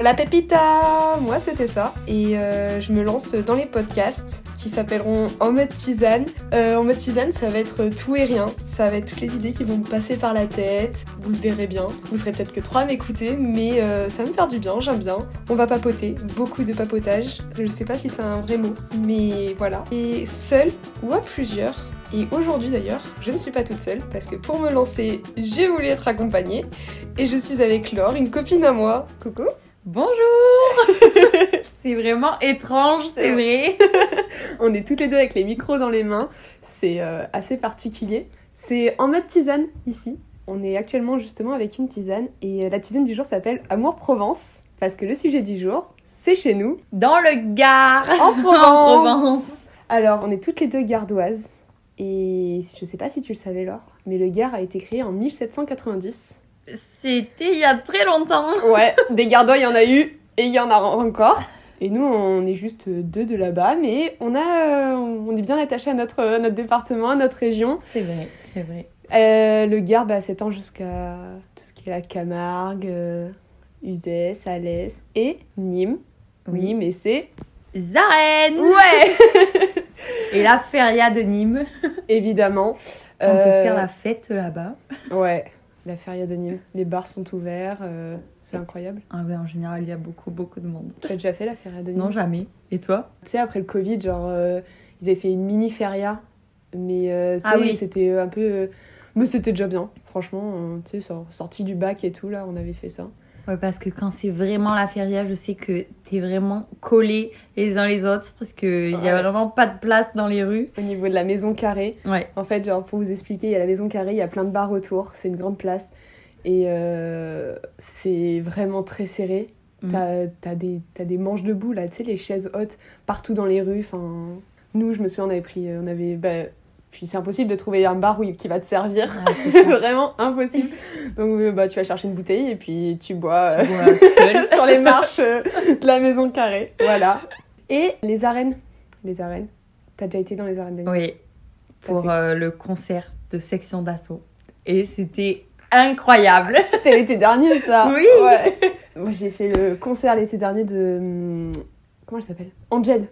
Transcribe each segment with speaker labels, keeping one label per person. Speaker 1: La Pépita Moi, c'était ça. Et euh, je me lance dans les podcasts qui s'appelleront En mode tisane. Euh, en mode tisane, ça va être tout et rien. Ça va être toutes les idées qui vont me passer par la tête. Vous le verrez bien. Vous serez peut-être que trois à m'écouter, mais euh, ça me fait du bien, j'aime bien. On va papoter, beaucoup de papotage. Je sais pas si c'est un vrai mot, mais voilà. Et seul ou à plusieurs, et aujourd'hui d'ailleurs, je ne suis pas toute seule parce que pour me lancer, j'ai voulu être accompagnée et je suis avec Laure, une copine à moi. Coucou.
Speaker 2: Bonjour C'est vraiment étrange, c'est vrai.
Speaker 1: On est toutes les deux avec les micros dans les mains. C'est euh, assez particulier. C'est en mode tisane ici. On est actuellement justement avec une tisane et euh, la tisane du jour s'appelle Amour Provence parce que le sujet du jour, c'est chez nous,
Speaker 2: Dans le Gard
Speaker 1: en Provence.
Speaker 2: Provence.
Speaker 1: Alors, on est toutes les deux gardoises et je sais pas si tu le savais Laure, mais le Gard a été créé en 1790.
Speaker 2: C'était il y a très longtemps.
Speaker 1: Ouais, des gardois, il y en a eu et il y en a encore. Et nous, on est juste deux de là-bas, mais on, a, euh, on est bien attachés à notre, à notre département, à notre région.
Speaker 2: C'est vrai, c'est vrai.
Speaker 1: Euh, le Gard bah, s'étend jusqu'à tout ce qui est la Camargue, euh, Uzès, Alès et Nîmes.
Speaker 2: Oui.
Speaker 1: Nîmes, et c'est...
Speaker 2: Zarène
Speaker 1: Ouais
Speaker 2: Et la feria de Nîmes. Euh,
Speaker 1: Évidemment.
Speaker 2: On peut faire la fête là-bas.
Speaker 1: la... Ouais, la feria de Nîmes. Les bars sont ouverts, euh, c'est incroyable.
Speaker 2: Ah ouais, en général, il y a beaucoup, beaucoup de monde.
Speaker 1: Tu as déjà fait la feria de Nîmes
Speaker 2: Non, jamais. Et toi
Speaker 1: Tu sais, après le Covid, genre, euh, ils avaient fait une mini feria. Mais euh, tu sais,
Speaker 2: Ah oui.
Speaker 1: c'était euh, un peu. euh, mais c'était déjà bien, franchement. euh, tu sais, sor- sorti du bac et tout, là, on avait fait ça.
Speaker 2: Ouais, parce que quand c'est vraiment la feria, je sais que t'es vraiment collés les uns les autres parce qu'il y
Speaker 1: Ouais.
Speaker 2: a vraiment pas de place dans les rues.
Speaker 1: Au niveau de la maison carrée.
Speaker 2: Ouais.
Speaker 1: En fait, genre, pour vous expliquer, il y a la maison carrée, il y a plein de bars autour, c'est une grande place. Et euh, c'est vraiment très serré.
Speaker 2: Mhm.
Speaker 1: T'as t'as des, t'as des manches debout, là, tu sais, les chaises hautes partout dans les rues. Enfin, nous, je me souviens, on avait pris. euh, On avait, bah, puis c'est impossible de trouver un bar où, qui va te servir.
Speaker 2: Ah, c'est clair.
Speaker 1: vraiment impossible. Donc euh, bah, tu vas chercher une bouteille et puis tu bois euh,
Speaker 2: Voilà, seul.
Speaker 1: sur les marches euh, de la maison carrée. Voilà. Et les arènes. Les arènes. T'as déjà été dans les arènes Dani
Speaker 2: Oui,
Speaker 1: T'as
Speaker 2: pour
Speaker 1: fait-
Speaker 2: euh, le concert de section d'assaut. Et c'était incroyable.
Speaker 1: C'était l'été dernier ça.
Speaker 2: Oui.
Speaker 1: Ouais. Moi j'ai fait le concert l'été dernier de... hum, Comment elle s'appelle Angel.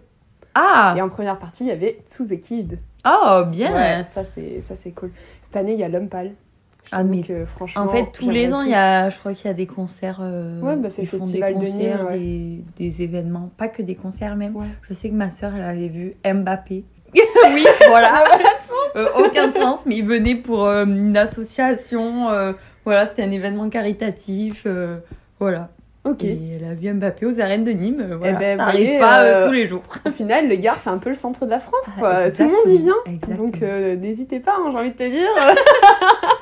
Speaker 2: Ah,
Speaker 1: Et en première partie il y avait Tsuze Kid.
Speaker 2: oh bien.
Speaker 1: Ouais, ça c'est ça c'est cool. Cette année il y a l'homme pâle. Je
Speaker 2: Ah,
Speaker 1: t'avoue
Speaker 2: mais
Speaker 1: que, franchement.
Speaker 2: En fait, tous les
Speaker 1: j'aimerais
Speaker 2: ans,
Speaker 1: tout.
Speaker 2: il y a, je crois qu'il y a des concerts. euh,
Speaker 1: Ouais, bah, c'est
Speaker 2: ils
Speaker 1: le
Speaker 2: font des
Speaker 1: festival de Nîmes,
Speaker 2: concerts,
Speaker 1: ouais.
Speaker 2: des, des événements, pas que des concerts même.
Speaker 1: Ouais.
Speaker 2: Je sais que ma sœur, elle avait vu Mbappé. oui, voilà. Euh, aucun sens, mais il venait pour euh, une association. euh, voilà, c'était un événement caritatif. euh, voilà.
Speaker 1: Ok.
Speaker 2: Et elle a vu Mbappé aux arènes de Nîmes. euh, voilà.
Speaker 1: ben,
Speaker 2: ça
Speaker 1: vous
Speaker 2: arrive
Speaker 1: voyez,
Speaker 2: pas euh,
Speaker 1: euh,
Speaker 2: tous les jours.
Speaker 1: Au final, le Gard, c'est un peu le centre de la France,
Speaker 2: Ah,
Speaker 1: quoi. Tout le monde y vient.
Speaker 2: exactement,
Speaker 1: Donc,
Speaker 2: exactement.
Speaker 1: euh, n'hésitez pas, hein, j'ai envie de te dire.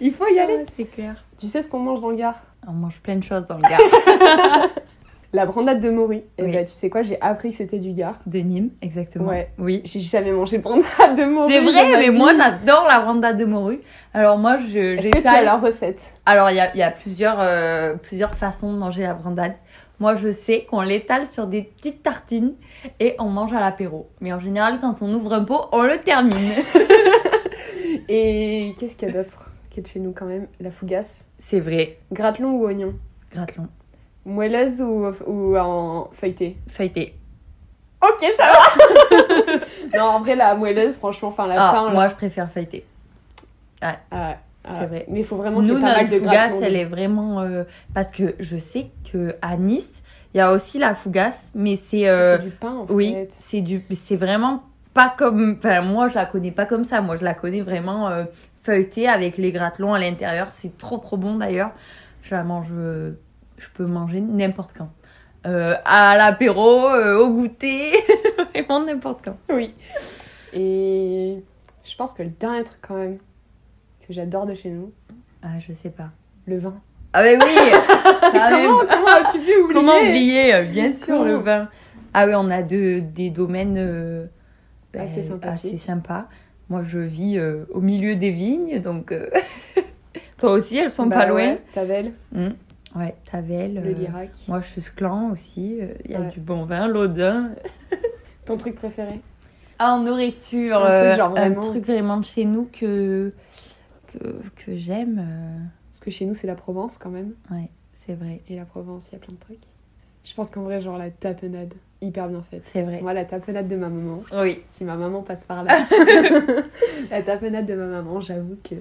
Speaker 1: Il faut y aller.
Speaker 2: Ah, c'est clair.
Speaker 1: Tu sais ce qu'on mange dans le Gard
Speaker 2: On mange plein de choses dans le Gard.
Speaker 1: La brandade de Maury. Et
Speaker 2: Oui.
Speaker 1: ben, tu sais quoi, j'ai appris que c'était du Gard.
Speaker 2: De Nîmes, exactement.
Speaker 1: Ouais.
Speaker 2: Oui.
Speaker 1: J'ai jamais mangé de brandade de Maury.
Speaker 2: C'est
Speaker 1: de
Speaker 2: vrai,
Speaker 1: ma
Speaker 2: mais
Speaker 1: vie.
Speaker 2: moi j'adore la brandade de morue. Alors moi je.
Speaker 1: Est-ce que tu as
Speaker 2: j'étale-
Speaker 1: la recette
Speaker 2: Alors il y a, il y a plusieurs, euh, plusieurs façons de manger la brandade. Moi je sais qu'on l'étale sur des petites tartines et on mange à l'apéro. Mais en général, quand on ouvre un pot, on le termine.
Speaker 1: Et qu'est-ce qu'il y a d'autre qui est de chez nous quand même La fougasse.
Speaker 2: C'est vrai.
Speaker 1: Gratelon ou oignon
Speaker 2: Gratelon.
Speaker 1: Moelleuse ou, ou en feuilleté
Speaker 2: Feuilleté.
Speaker 1: Ok, ça va Non, en vrai, la moelleuse, franchement, enfin, la
Speaker 2: Ah,
Speaker 1: pain, là.
Speaker 2: moi je préfère feuilleté.
Speaker 1: Ah, ah,
Speaker 2: C'est vrai.
Speaker 1: Mais il faut vraiment qu'il
Speaker 2: Nous,
Speaker 1: y ait pas
Speaker 2: notre
Speaker 1: mal de
Speaker 2: fougasse,
Speaker 1: gratelon.
Speaker 2: elle est vraiment. euh, parce que je sais que à Nice, il y a aussi la fougasse, mais c'est. euh,
Speaker 1: C'est du pain, en
Speaker 2: Oui,
Speaker 1: fait.
Speaker 2: c'est du, c'est vraiment pas comme, enfin moi je la connais pas comme ça, moi je la connais vraiment euh, feuilletée avec les gratelons à l'intérieur, c'est trop trop bon d'ailleurs. Je la mange, euh, je peux manger n'importe quand, Euh, à l'apéro, euh, au goûter, vraiment n'importe quand.
Speaker 1: Oui. Et je pense que le dernier truc quand même que j'adore de chez nous,
Speaker 2: Ah je sais pas.
Speaker 1: le vin.
Speaker 2: Ah mais oui. Ah, mais-
Speaker 1: comment, comment as-tu pu oublier
Speaker 2: Comment oublier, euh, bien sûr,
Speaker 1: Comment
Speaker 2: le vin. Ah oui, on a de- des domaines euh,
Speaker 1: Assez sympathiques.
Speaker 2: assez sympas. Moi, je vis euh, au milieu des vignes, donc euh, toi aussi, elles sont
Speaker 1: Bah
Speaker 2: pas loin.
Speaker 1: ouais, Tavel,
Speaker 2: Ouais, Tavel.
Speaker 1: le
Speaker 2: euh,
Speaker 1: Lirac.
Speaker 2: moi, je suis Sclan aussi. euh, Il y a
Speaker 1: Ouais.
Speaker 2: du bon vin, l'Audin.
Speaker 1: Ton truc préféré
Speaker 2: Ah, en nourriture,
Speaker 1: Un truc
Speaker 2: euh,
Speaker 1: genre vraiment-
Speaker 2: truc vraiment de chez nous que, que, que j'aime. euh,
Speaker 1: Parce que chez nous, c'est la Provence quand même.
Speaker 2: C'est vrai.
Speaker 1: Et la Provence, il y a plein de trucs. Je pense qu'en vrai, genre la tapenade, hyper bien faite.
Speaker 2: C'est vrai.
Speaker 1: Moi, la tapenade de ma maman,
Speaker 2: Oui.
Speaker 1: si ma maman passe par là, la tapenade de ma maman, j'avoue que.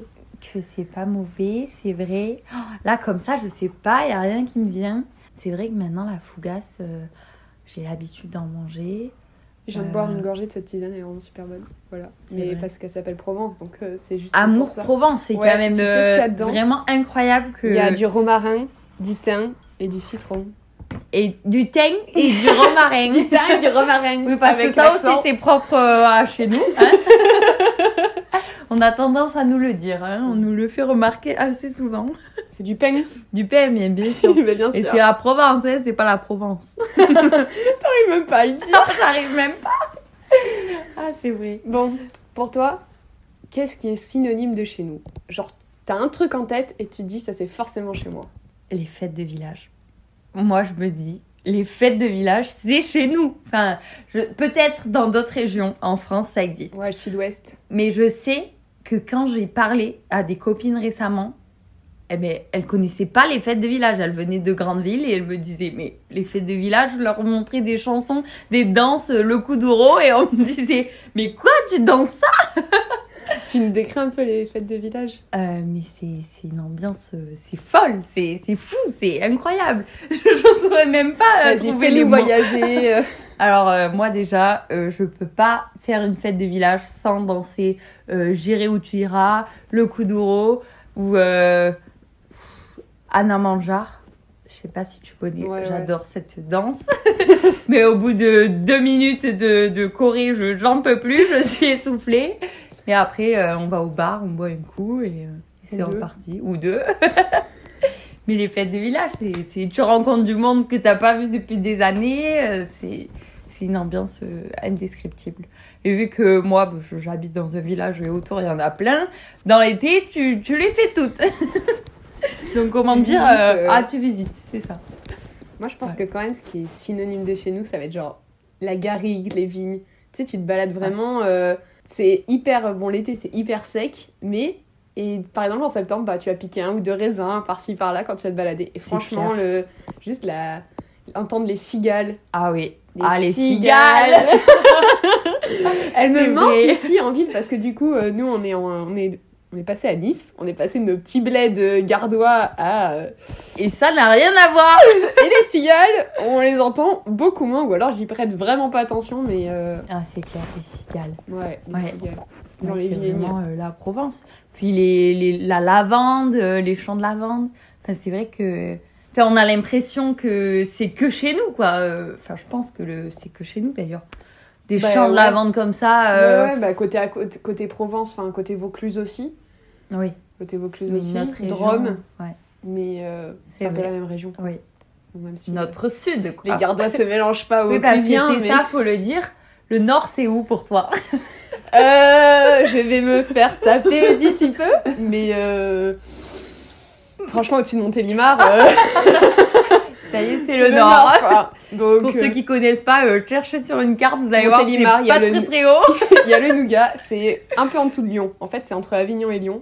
Speaker 2: Que c'est pas mauvais, c'est vrai. Oh, là, comme ça, je sais pas, il a rien qui me vient. C'est vrai que maintenant, la fougasse, euh, j'ai l'habitude d'en manger.
Speaker 1: Je viens de
Speaker 2: Euh.
Speaker 1: boire une gorgée de cette tisane, elle est vraiment super bonne. Voilà.
Speaker 2: C'est
Speaker 1: Mais
Speaker 2: vrai.
Speaker 1: parce qu'elle s'appelle Provence, donc euh, c'est juste.
Speaker 2: Amour
Speaker 1: pour ça.
Speaker 2: Provence, c'est
Speaker 1: Ouais,
Speaker 2: quand même
Speaker 1: tu sais ce qu'il y a
Speaker 2: euh,
Speaker 1: dedans
Speaker 2: vraiment incroyable que.
Speaker 1: Il y a du romarin, du thym et du citron.
Speaker 2: Et du thym et du romarin.
Speaker 1: Du thym et du romarin.
Speaker 2: Oui, parce
Speaker 1: avec
Speaker 2: que ça
Speaker 1: l'accent.
Speaker 2: aussi, c'est propre euh, à chez nous. hein. on a tendance à nous le dire. hein. On nous le fait remarquer assez souvent.
Speaker 1: C'est du pain.
Speaker 2: Du PMI, bien sûr.
Speaker 1: Mais bien
Speaker 2: Et
Speaker 1: sûr.
Speaker 2: c'est la Provence, hein, c'est pas la Provence.
Speaker 1: J'arrive même pas à le dire.
Speaker 2: J'arrive même pas. Ah, c'est vrai.
Speaker 1: Bon, pour toi, qu'est-ce qui est synonyme de chez nous Genre, t'as un truc en tête et tu te dis, ça c'est forcément chez moi.
Speaker 2: Les fêtes de village. Moi, je me dis, les fêtes de village, c'est chez nous. Enfin, je- peut-être dans d'autres régions en France, ça existe.
Speaker 1: Ouais, le sud-ouest.
Speaker 2: Mais je sais que quand j'ai parlé à des copines récemment, eh ben, elles connaissaient pas les fêtes de village. Elles venaient de grandes villes et elles me disaient Mais les fêtes de village, je leur montrais des chansons, des danses, le coup d'euro. Et on me disait Mais quoi, tu danses ça
Speaker 1: Tu nous décris un peu les fêtes de village
Speaker 2: Euh, Mais c'est c'est une ambiance, euh, c'est folle, c'est c'est fou, c'est incroyable. Je saurais même pas euh,
Speaker 1: Vas-y,
Speaker 2: trouver les
Speaker 1: fais-nous
Speaker 2: mots.
Speaker 1: voyager. euh.
Speaker 2: Alors euh, moi déjà, euh, je peux pas faire une fête de village sans danser euh, J'irai où tu iras, le Kuduro ou euh, pff, Anna Manjar. Je sais pas si tu connais,
Speaker 1: Ouais, ouais.
Speaker 2: j'adore cette danse. Mais au bout de deux minutes de, de choré, je j'en peux plus, je suis essoufflée. Et après, euh, on va au bar, on boit un coup et euh, c'est
Speaker 1: Ou deux.
Speaker 2: reparti. Ou deux. Mais les fêtes de village, c'est, c'est- tu rencontres du monde que t'as pas vu depuis des années. euh, c'est, c'est une ambiance euh, indescriptible. Et vu que moi, bah, je- j'habite dans un village et autour, il y en a plein, dans l'été, tu, tu les fais toutes. Donc comment
Speaker 1: Tu
Speaker 2: dire
Speaker 1: visites,
Speaker 2: euh,
Speaker 1: euh.
Speaker 2: Ah, tu visites, c'est ça.
Speaker 1: Moi, je pense que quand même, ce qui est synonyme de chez nous, ça va être genre la garrigue, les vignes. Tu sais, tu te balades vraiment. euh, c'est hyper. Bon, l'été, c'est hyper sec, mais. Et par exemple, en septembre, bah, tu as piqué un ou deux raisins par-ci, par-là quand tu vas te balader. Et franchement, le, juste la, entendre les cigales.
Speaker 2: Ah oui.
Speaker 1: Les
Speaker 2: ah, les
Speaker 1: cigales.
Speaker 2: cigales
Speaker 1: Elle
Speaker 2: C'est
Speaker 1: me manque
Speaker 2: vrai.
Speaker 1: ici en ville parce que du coup, euh, nous, on est, en- on est, on est passé à Nice. On est passé de nos petits bleds euh, gardois à. euh,
Speaker 2: Et ça n'a rien à voir
Speaker 1: et les cigales, on les entend beaucoup moins. Ou alors, j'y prête vraiment pas attention, mais. euh,
Speaker 2: Ah, c'est clair, les cigales.
Speaker 1: Ouais, les
Speaker 2: Ouais.
Speaker 1: cigales. Dans
Speaker 2: Ouais,
Speaker 1: les
Speaker 2: c'est
Speaker 1: vignes.
Speaker 2: vraiment euh, la Provence. Puis les, les- la lavande, euh, les champs de lavande. Enfin, c'est vrai que. Enfin, on a l'impression que c'est que chez nous, quoi. Euh, Enfin, je pense que le... c'est que chez nous, d'ailleurs. Des
Speaker 1: Bah,
Speaker 2: champs de
Speaker 1: ouais.
Speaker 2: lavande comme ça. euh,
Speaker 1: Ouais, ouais, bah, côté, à côté, côté Provence, enfin côté Vaucluse aussi.
Speaker 2: Oui,
Speaker 1: Côté Vaucluse
Speaker 2: mais
Speaker 1: aussi.
Speaker 2: notre région,
Speaker 1: Drôme,
Speaker 2: ouais.
Speaker 1: mais euh,
Speaker 2: C'est
Speaker 1: c'est un peu
Speaker 2: vrai.
Speaker 1: la même région.
Speaker 2: Oui.
Speaker 1: Même si euh,
Speaker 2: Notre sud,
Speaker 1: les
Speaker 2: quoi.
Speaker 1: Gardois se mélangent pas aux
Speaker 2: Oui, parce que
Speaker 1: Vauclusiens.
Speaker 2: c'était
Speaker 1: mais-
Speaker 2: ça, faut le dire. Le nord, c'est où pour toi
Speaker 1: Euh, je vais me faire taper d'ici peu, mais euh, franchement, au-dessus de Montélimar, euh,
Speaker 2: Ça y est, c'est
Speaker 1: le,
Speaker 2: le, nord.
Speaker 1: nord. quoi. Donc,
Speaker 2: Pour ceux
Speaker 1: euh,
Speaker 2: qui connaissent pas, euh, cherchez sur une carte, vous allez voir, c'est
Speaker 1: Montélimar,
Speaker 2: pas
Speaker 1: il y a
Speaker 2: très
Speaker 1: le-
Speaker 2: très haut.
Speaker 1: il y a le Nougat, c'est un peu en dessous de Lyon. En fait, c'est entre Avignon et Lyon.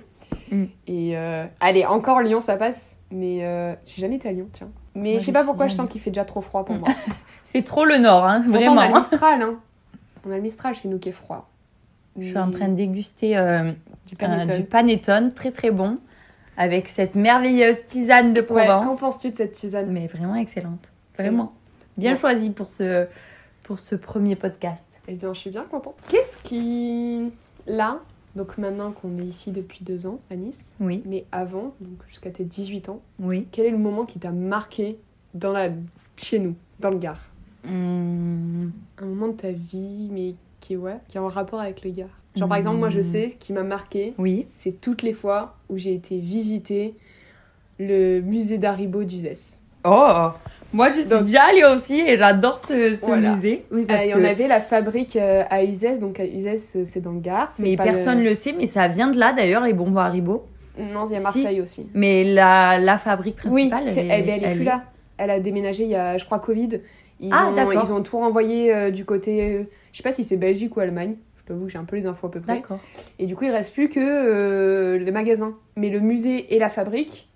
Speaker 2: Mm.
Speaker 1: Et euh, allez, encore Lyon, ça passe, mais euh, j'ai jamais été à Lyon, tiens. Mais
Speaker 2: Moi,
Speaker 1: je sais
Speaker 2: j'y
Speaker 1: pas
Speaker 2: suis
Speaker 1: pourquoi je
Speaker 2: jamais.
Speaker 1: sens qu'il fait déjà trop froid pour moi.
Speaker 2: C'est trop le nord, hein,
Speaker 1: Pourtant, on a
Speaker 2: vraiment.
Speaker 1: le Mistral, hein. On a le Mistral chez nous qui est froid.
Speaker 2: Je suis en train de déguster euh,
Speaker 1: du
Speaker 2: un-
Speaker 1: panettone.
Speaker 2: du panettone, très très bon, avec cette merveilleuse tisane de
Speaker 1: Ouais, qu'en
Speaker 2: Provence,
Speaker 1: penses-tu de cette tisane
Speaker 2: mais vraiment excellente, vraiment. Bien
Speaker 1: Ouais.
Speaker 2: choisi pour ce, pour ce premier podcast.
Speaker 1: Eh bien, je suis bien contente. Qu'est-ce qui... Là, donc maintenant qu'on est ici depuis deux ans à Nice,
Speaker 2: Oui,
Speaker 1: mais avant, donc jusqu'à tes 18 ans,
Speaker 2: oui.
Speaker 1: quel est le moment qui t'a marqué dans la... chez nous, dans le Gard
Speaker 2: Hum,
Speaker 1: Un moment de ta vie, mais qui, est- ouais, qui est en rapport avec le Gard. Genre, par exemple, moi, je
Speaker 2: Hmm.
Speaker 1: sais, ce qui m'a marqué,
Speaker 2: oui,
Speaker 1: c'est toutes les fois où j'ai été visiter le musée d'Aribo d'Uzès.
Speaker 2: oh moi, je suis
Speaker 1: Donc-
Speaker 2: déjà allée aussi et j'adore ce, ce
Speaker 1: Voilà.
Speaker 2: musée. Oui,
Speaker 1: Euh,
Speaker 2: parce
Speaker 1: Et
Speaker 2: que-
Speaker 1: on avait la fabrique euh, à Uzès, donc à Uzès, euh, c'est dans le Gard. c'est
Speaker 2: mais
Speaker 1: pas
Speaker 2: personne le... sait, mais ça vient de là d'ailleurs, les bonbons Haribo.
Speaker 1: Non, il y a
Speaker 2: Si.
Speaker 1: Marseille aussi.
Speaker 2: Mais la, la fabrique
Speaker 1: Oui,
Speaker 2: principale,
Speaker 1: c'est- elle, elle est plus là. Elle a déménagé il y a, je crois, Covid. Ils,
Speaker 2: Ah,
Speaker 1: ont,
Speaker 2: d'accord.
Speaker 1: ils ont tout renvoyé euh, du côté, euh, je sais pas si c'est Belgique ou Allemagne. Je t'avoue que j'ai un peu les infos à peu près.
Speaker 2: D'accord.
Speaker 1: Et du coup, il reste plus que euh, les magasins. Mais le musée et la fabrique,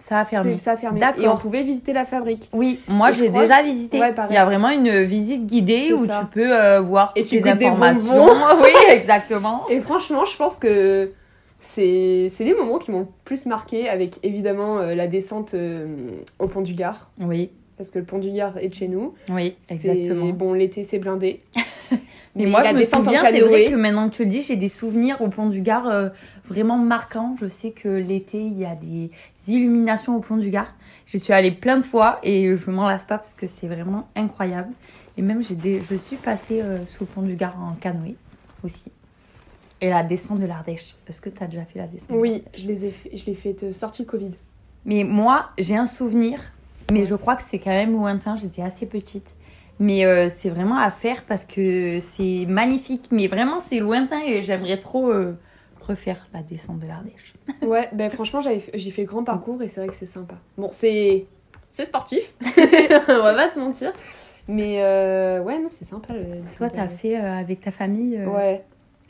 Speaker 2: Ça a fermé.
Speaker 1: C'est- Ça a fermé.
Speaker 2: D'accord.
Speaker 1: Et on pouvait visiter la fabrique.
Speaker 2: Oui, moi
Speaker 1: Et je
Speaker 2: j'ai
Speaker 1: crois-
Speaker 2: déjà visité.
Speaker 1: Ouais,
Speaker 2: Il
Speaker 1: pareil.
Speaker 2: y a vraiment une visite guidée
Speaker 1: C'est
Speaker 2: où
Speaker 1: ça.
Speaker 2: tu peux euh, voir
Speaker 1: Et
Speaker 2: toutes
Speaker 1: tu
Speaker 2: les
Speaker 1: goûtes des
Speaker 2: informations.
Speaker 1: bonbons.
Speaker 2: oui, exactement.
Speaker 1: Et franchement, je pense que c'est c'est les moments qui m'ont le plus marqué avec évidemment euh, la descente euh, au pont du Gard.
Speaker 2: Oui,
Speaker 1: Parce que le pont du Gard est de chez nous.
Speaker 2: oui,
Speaker 1: C'est-
Speaker 2: exactement.
Speaker 1: Bon, l'été, c'est blindé.
Speaker 2: Mais, moi,
Speaker 1: la
Speaker 2: je me
Speaker 1: descente en
Speaker 2: souviens, c'est vrai
Speaker 1: canoë,
Speaker 2: que maintenant que tu le dis, j'ai des souvenirs au Pont du Gard euh, vraiment marquants. Je sais que l'été, il y a des illuminations au Pont du Gard. J'y suis allée plein de fois et je m'en lasse pas parce que c'est vraiment incroyable. Et même, j'ai des... je suis passée euh, sous le Pont du Gard en canoë aussi. Et la descente de l'Ardèche. Est-ce que tu as déjà fait la descente de
Speaker 1: Oui, je les ai fait, je l'ai fait euh, sortie Covid.
Speaker 2: Mais moi, j'ai un souvenir, mais je crois que c'est quand même lointain, j'étais assez petite. Mais euh, c'est vraiment à faire parce que c'est magnifique, mais vraiment c'est lointain et j'aimerais trop euh, refaire la descente de l'Ardèche.
Speaker 1: Ouais, ben franchement, j'avais fait- j'ai fait le grand parcours et c'est vrai que c'est sympa. Bon, c'est c'est sportif, on va pas se mentir. Mais euh, ouais, non, c'est sympa. Le...
Speaker 2: Toi, t'as fait euh, avec ta famille euh,
Speaker 1: Ouais,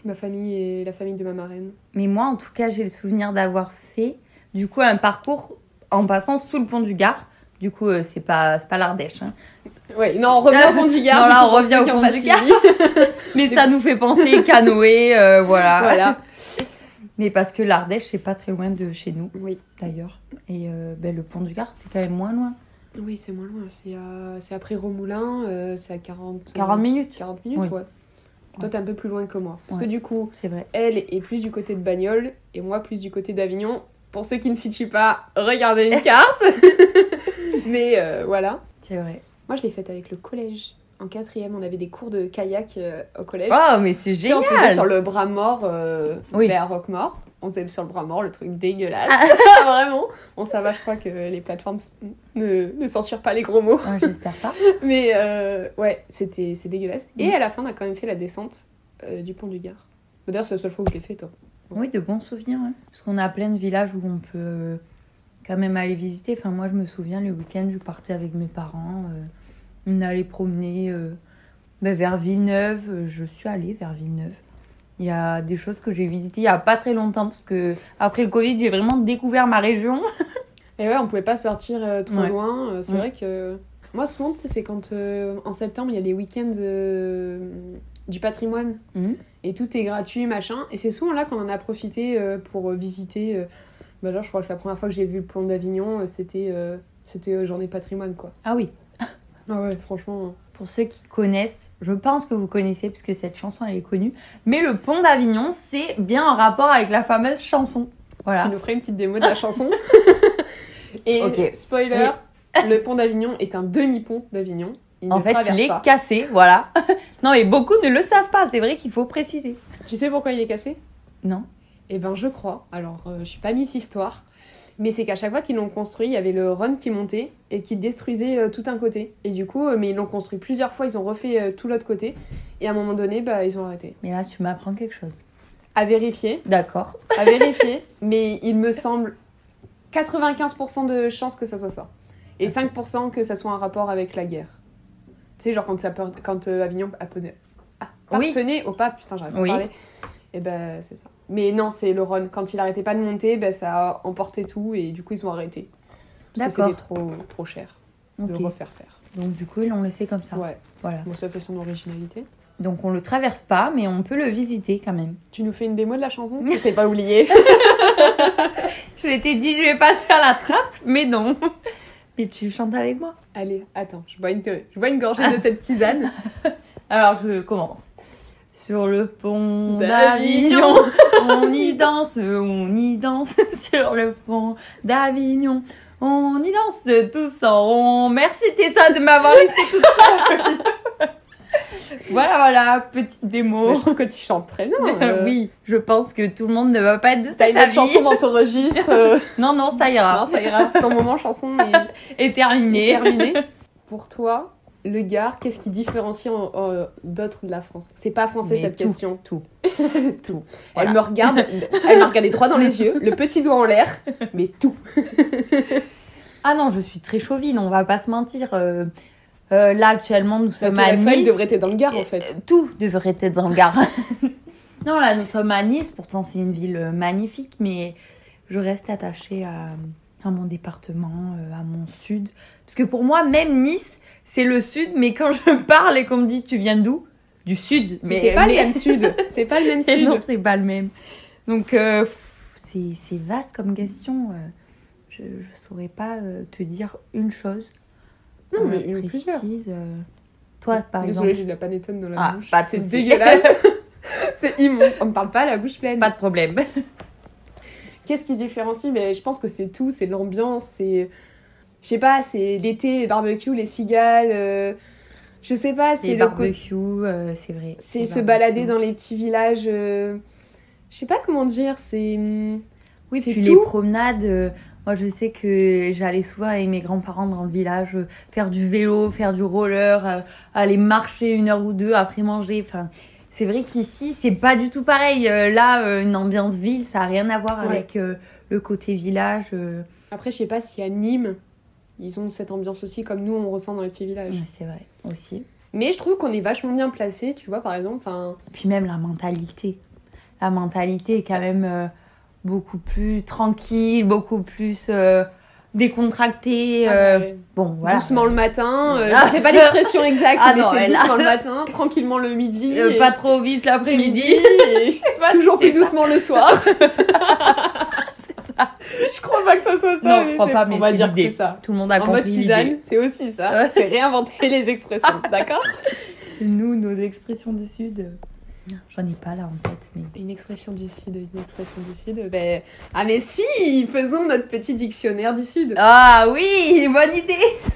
Speaker 1: ma famille et la famille de ma marraine.
Speaker 2: Mais moi, en tout cas, j'ai le souvenir d'avoir fait du coup un parcours en passant sous le pont du Gard. Du coup, euh, c'est pas, c'est pas l'Ardèche. hein.
Speaker 1: Ouais, non, on revient au pont du Gard.
Speaker 2: Non,
Speaker 1: du
Speaker 2: là,
Speaker 1: coup, pour ceux
Speaker 2: on revient au
Speaker 1: qui ont
Speaker 2: pont
Speaker 1: pas
Speaker 2: du
Speaker 1: suivi.
Speaker 2: Mais ça nous fait penser canoë, euh, voilà.
Speaker 1: voilà.
Speaker 2: Mais parce que l'Ardèche, c'est pas très loin de chez nous.
Speaker 1: Oui,
Speaker 2: d'ailleurs. Et euh, ben, le pont du Gard, c'est quand même moins loin.
Speaker 1: oui c'est moins loin. C'est à... c'est après Romoulin, euh, c'est à 40...
Speaker 2: 40 minutes,
Speaker 1: 40 minutes,
Speaker 2: Oui.
Speaker 1: ouais. Toi,
Speaker 2: Ouais.
Speaker 1: t'es un peu plus loin que moi. Parce
Speaker 2: Ouais.
Speaker 1: que du coup,
Speaker 2: c'est vrai.
Speaker 1: elle est plus du côté de Bagnoles et moi plus du côté d'Avignon. Pour ceux qui ne situent pas, regardez une carte. Mais euh, voilà.
Speaker 2: C'est vrai.
Speaker 1: Moi, je l'ai faite avec le collège. En quatrième, on avait des cours de kayak euh, au collège.
Speaker 2: Oh, mais c'est
Speaker 1: Tu sais,
Speaker 2: génial
Speaker 1: on faisait sur le bras mort euh,
Speaker 2: Oui. Ah.
Speaker 1: vers Roquemort. On faisait sur le bras mort, le truc dégueulasse. Ah, Vraiment. Bon, ça va, je crois que les plateformes s- ne, ne censurent pas les gros mots.
Speaker 2: Ah, J'espère pas.
Speaker 1: Mais euh, ouais, c'était c'est dégueulasse. Et
Speaker 2: Mm.
Speaker 1: à la fin, on a quand même fait la descente euh, du pont du Gard. D'ailleurs, c'est la seule fois où je l'ai fait, toi.
Speaker 2: Oui, de bons souvenirs. hein. Parce qu'on a plein de villages où on peut euh, quand même aller visiter. Enfin, moi, je me souviens, le week-end, je partais avec mes parents. euh, on allait promener euh, ben, vers Villeneuve. Euh, Je suis allée vers Villeneuve. Il y a des choses que j'ai visitées il n'y a pas très longtemps. Parce que après le Covid, j'ai vraiment découvert ma région.
Speaker 1: Et ouais, on pouvait pas sortir euh, trop
Speaker 2: Ouais.
Speaker 1: loin. euh, C'est
Speaker 2: Mm.
Speaker 1: vrai que. Moi, souvent, tu sais, c'est quand euh, en septembre, il y a les week-ends euh, du patrimoine.
Speaker 2: Mm.
Speaker 1: Et tout est gratuit, machin. Et c'est souvent là qu'on en a profité euh, pour euh, visiter. euh, Bah, genre, je crois que la première fois que j'ai vu le pont d'Avignon, euh, c'était euh, c'était euh, journée patrimoine, quoi.
Speaker 2: Ah oui,
Speaker 1: Ah ouais, franchement.
Speaker 2: Pour ceux qui connaissent, je pense que vous connaissez puisque cette chanson elle est connue. Mais le pont d'Avignon, c'est bien en rapport avec la fameuse chanson.
Speaker 1: Tu
Speaker 2: Voilà.
Speaker 1: nous ferais une petite démo de la chanson. Et
Speaker 2: Ok.
Speaker 1: spoiler, le pont d'Avignon est un demi-pont d'Avignon. Il
Speaker 2: En
Speaker 1: ne
Speaker 2: fait,
Speaker 1: traverse
Speaker 2: il est
Speaker 1: pas.
Speaker 2: cassé, voilà. non, mais beaucoup ne le savent pas, c'est vrai qu'il faut préciser.
Speaker 1: Tu sais pourquoi il est cassé
Speaker 2: Non
Speaker 1: Eh ben, je crois. Alors, euh, je suis pas Miss Histoire, mais c'est qu'à chaque fois qu'ils l'ont construit, il y avait le run qui montait et qui détruisait euh, tout un côté. Et du coup, euh, mais ils l'ont construit plusieurs fois, ils ont refait euh, tout l'autre côté. Et à un moment donné, bah, ils ont arrêté.
Speaker 2: Mais là, tu m'apprends quelque chose.
Speaker 1: À vérifier,
Speaker 2: D'accord.
Speaker 1: à vérifier, mais il me semble 95% de chances que ça soit ça. Et 5% que ça soit un rapport avec la guerre. Tu sais, genre quand, ça per- quand euh, Avignon appenait-
Speaker 2: Oui.
Speaker 1: appartenait au pape, putain, j'arrive pas
Speaker 2: Oui.
Speaker 1: à parler. Et ben, c'est ça. Mais non, c'est le Rhône. Quand il arrêtait pas de monter, ben, ça a emporté tout et du coup, ils ont arrêté. Parce que
Speaker 2: D'accord.
Speaker 1: c'était trop, trop cher de
Speaker 2: Ok.
Speaker 1: refaire faire.
Speaker 2: Donc du coup, ils l'ont laissé comme ça.
Speaker 1: Ouais,
Speaker 2: Voilà.
Speaker 1: bon, ça fait son originalité.
Speaker 2: Donc on le traverse pas, mais on peut le visiter quand même.
Speaker 1: Tu nous fais une démo de la chanson Je l'ai pas oublié.
Speaker 2: Je m'étais dit, je vais passer à la trappe, mais non. mais tu chantes avec moi.
Speaker 1: Allez, attends, je bois une, je bois une gorgée de cette tisane.
Speaker 2: Alors je commence. Sur le pont
Speaker 1: D'Avignon.
Speaker 2: d'Avignon, on y danse, on y danse. Sur le pont d'Avignon, on y danse tous en rond. Merci Tessa de m'avoir laissé toute seule. voilà, voilà, petite
Speaker 1: Mais
Speaker 2: démo.
Speaker 1: je trouve que tu chantes très bien. euh.
Speaker 2: oui, je pense que tout le monde ne va pas être de
Speaker 1: T'as
Speaker 2: cette
Speaker 1: une autre
Speaker 2: avis.
Speaker 1: chanson dans ton registre. euh,
Speaker 2: Non, non, ça
Speaker 1: Non,
Speaker 2: ira.
Speaker 1: ça ira. Ton moment chanson est
Speaker 2: Et terminé.
Speaker 1: terminé. Pour toi, le Gard, qu'est-ce qui différencie en- en- d'autres de la France C'est pas français
Speaker 2: Mais
Speaker 1: cette
Speaker 2: tout,
Speaker 1: question.
Speaker 2: tout.
Speaker 1: tout.
Speaker 2: Voilà.
Speaker 1: Elle me regarde, elle me regarde les trois dans les yeux, le petit doigt en l'air, mais tout.
Speaker 2: Ah non, je suis très chauvine, on va pas se mentir. Euh, euh, là, actuellement, nous
Speaker 1: Ça
Speaker 2: sommes à Nice.
Speaker 1: devrait être dans le Gard en fait.
Speaker 2: Euh, Tout devrait être dans le Gard. non, là, nous sommes à Nice. Pourtant, c'est une ville euh, magnifique, mais je reste attachée à, à mon département, euh, à mon sud. Parce que pour moi, même Nice, c'est le sud, mais quand je parle et qu'on me dit tu viens d'où Du sud.
Speaker 1: Mais c'est pas le même sud. C'est pas le même
Speaker 2: Et
Speaker 1: sud.
Speaker 2: non, c'est pas le même. Donc, euh, pff, c'est c'est vaste comme question. euh, Je, je saurais pas euh, te dire une chose.
Speaker 1: Non, mais
Speaker 2: euh,
Speaker 1: une ou plusieurs.
Speaker 2: euh. Toi, par
Speaker 1: Désolée,
Speaker 2: exemple.
Speaker 1: j'ai de la panettone dans la
Speaker 2: Ah,
Speaker 1: bouche.
Speaker 2: pas de
Speaker 1: C'est
Speaker 2: souci.
Speaker 1: dégueulasse. c'est immonde. On me parle pas à la bouche pleine.
Speaker 2: Pas de problème.
Speaker 1: Qu'est-ce qui différencie Mais je pense que c'est tout, c'est l'ambiance, c'est je sais pas, c'est l'été, les barbecues, les cigales, euh, je sais pas, c'est
Speaker 2: C'est
Speaker 1: le côté
Speaker 2: barbecue, euh, c'est vrai.
Speaker 1: c'est
Speaker 2: les
Speaker 1: se balader
Speaker 2: barbecues.
Speaker 1: dans les petits villages. euh, Je sais pas comment dire, c'est. hum,
Speaker 2: Oui,
Speaker 1: c'est
Speaker 2: puis
Speaker 1: tout.
Speaker 2: les promenades. euh, moi, je sais que j'allais souvent avec mes grands-parents dans le village euh, faire du vélo, faire du roller, euh, aller marcher une heure ou deux après manger. Enfin, c'est vrai qu'ici, c'est pas du tout pareil. Euh, là, euh, une ambiance ville, ça a rien à voir
Speaker 1: Ouais.
Speaker 2: avec euh, le côté village. euh.
Speaker 1: Après, je sais pas si à Nîmes, ils ont cette ambiance aussi, comme nous, on ressent dans les petits villages.
Speaker 2: Ouais, c'est vrai aussi.
Speaker 1: Mais je trouve qu'on est vachement bien placé, tu vois, par exemple, enfin.
Speaker 2: Puis même la mentalité. La mentalité est quand même euh, beaucoup plus tranquille, beaucoup plus euh, décontractée.
Speaker 1: bah
Speaker 2: euh, Bon, voilà.
Speaker 1: ah, Doucement le matin, euh,
Speaker 2: Ah.
Speaker 1: je sais pas l'expression exacte,
Speaker 2: Ah
Speaker 1: mais
Speaker 2: non,
Speaker 1: c'est
Speaker 2: elle a-
Speaker 1: doucement le matin, tranquillement le midi,
Speaker 2: Euh,
Speaker 1: et
Speaker 2: pas trop vite l'après-midi.
Speaker 1: et- Toujours plus doucement le soir.
Speaker 2: Je crois pas que ça soit
Speaker 1: ça,
Speaker 2: Non,
Speaker 1: mais
Speaker 2: je crois
Speaker 1: c'est-
Speaker 2: pas, mais
Speaker 1: on va
Speaker 2: c'est
Speaker 1: dire que
Speaker 2: l'idée.
Speaker 1: c'est ça.
Speaker 2: Tout le monde a
Speaker 1: en
Speaker 2: compris
Speaker 1: mode tisane, c'est aussi ça.
Speaker 2: Ouais.
Speaker 1: C'est réinventer les expressions, d'accord
Speaker 2: l'idée. Nous, nos expressions du sud. euh, J'en ai pas là en tête, mais
Speaker 1: Une expression du Sud, une expression du Sud. Ben... Ah, mais si Faisons notre petit dictionnaire du Sud.
Speaker 2: ah oui, bonne idée.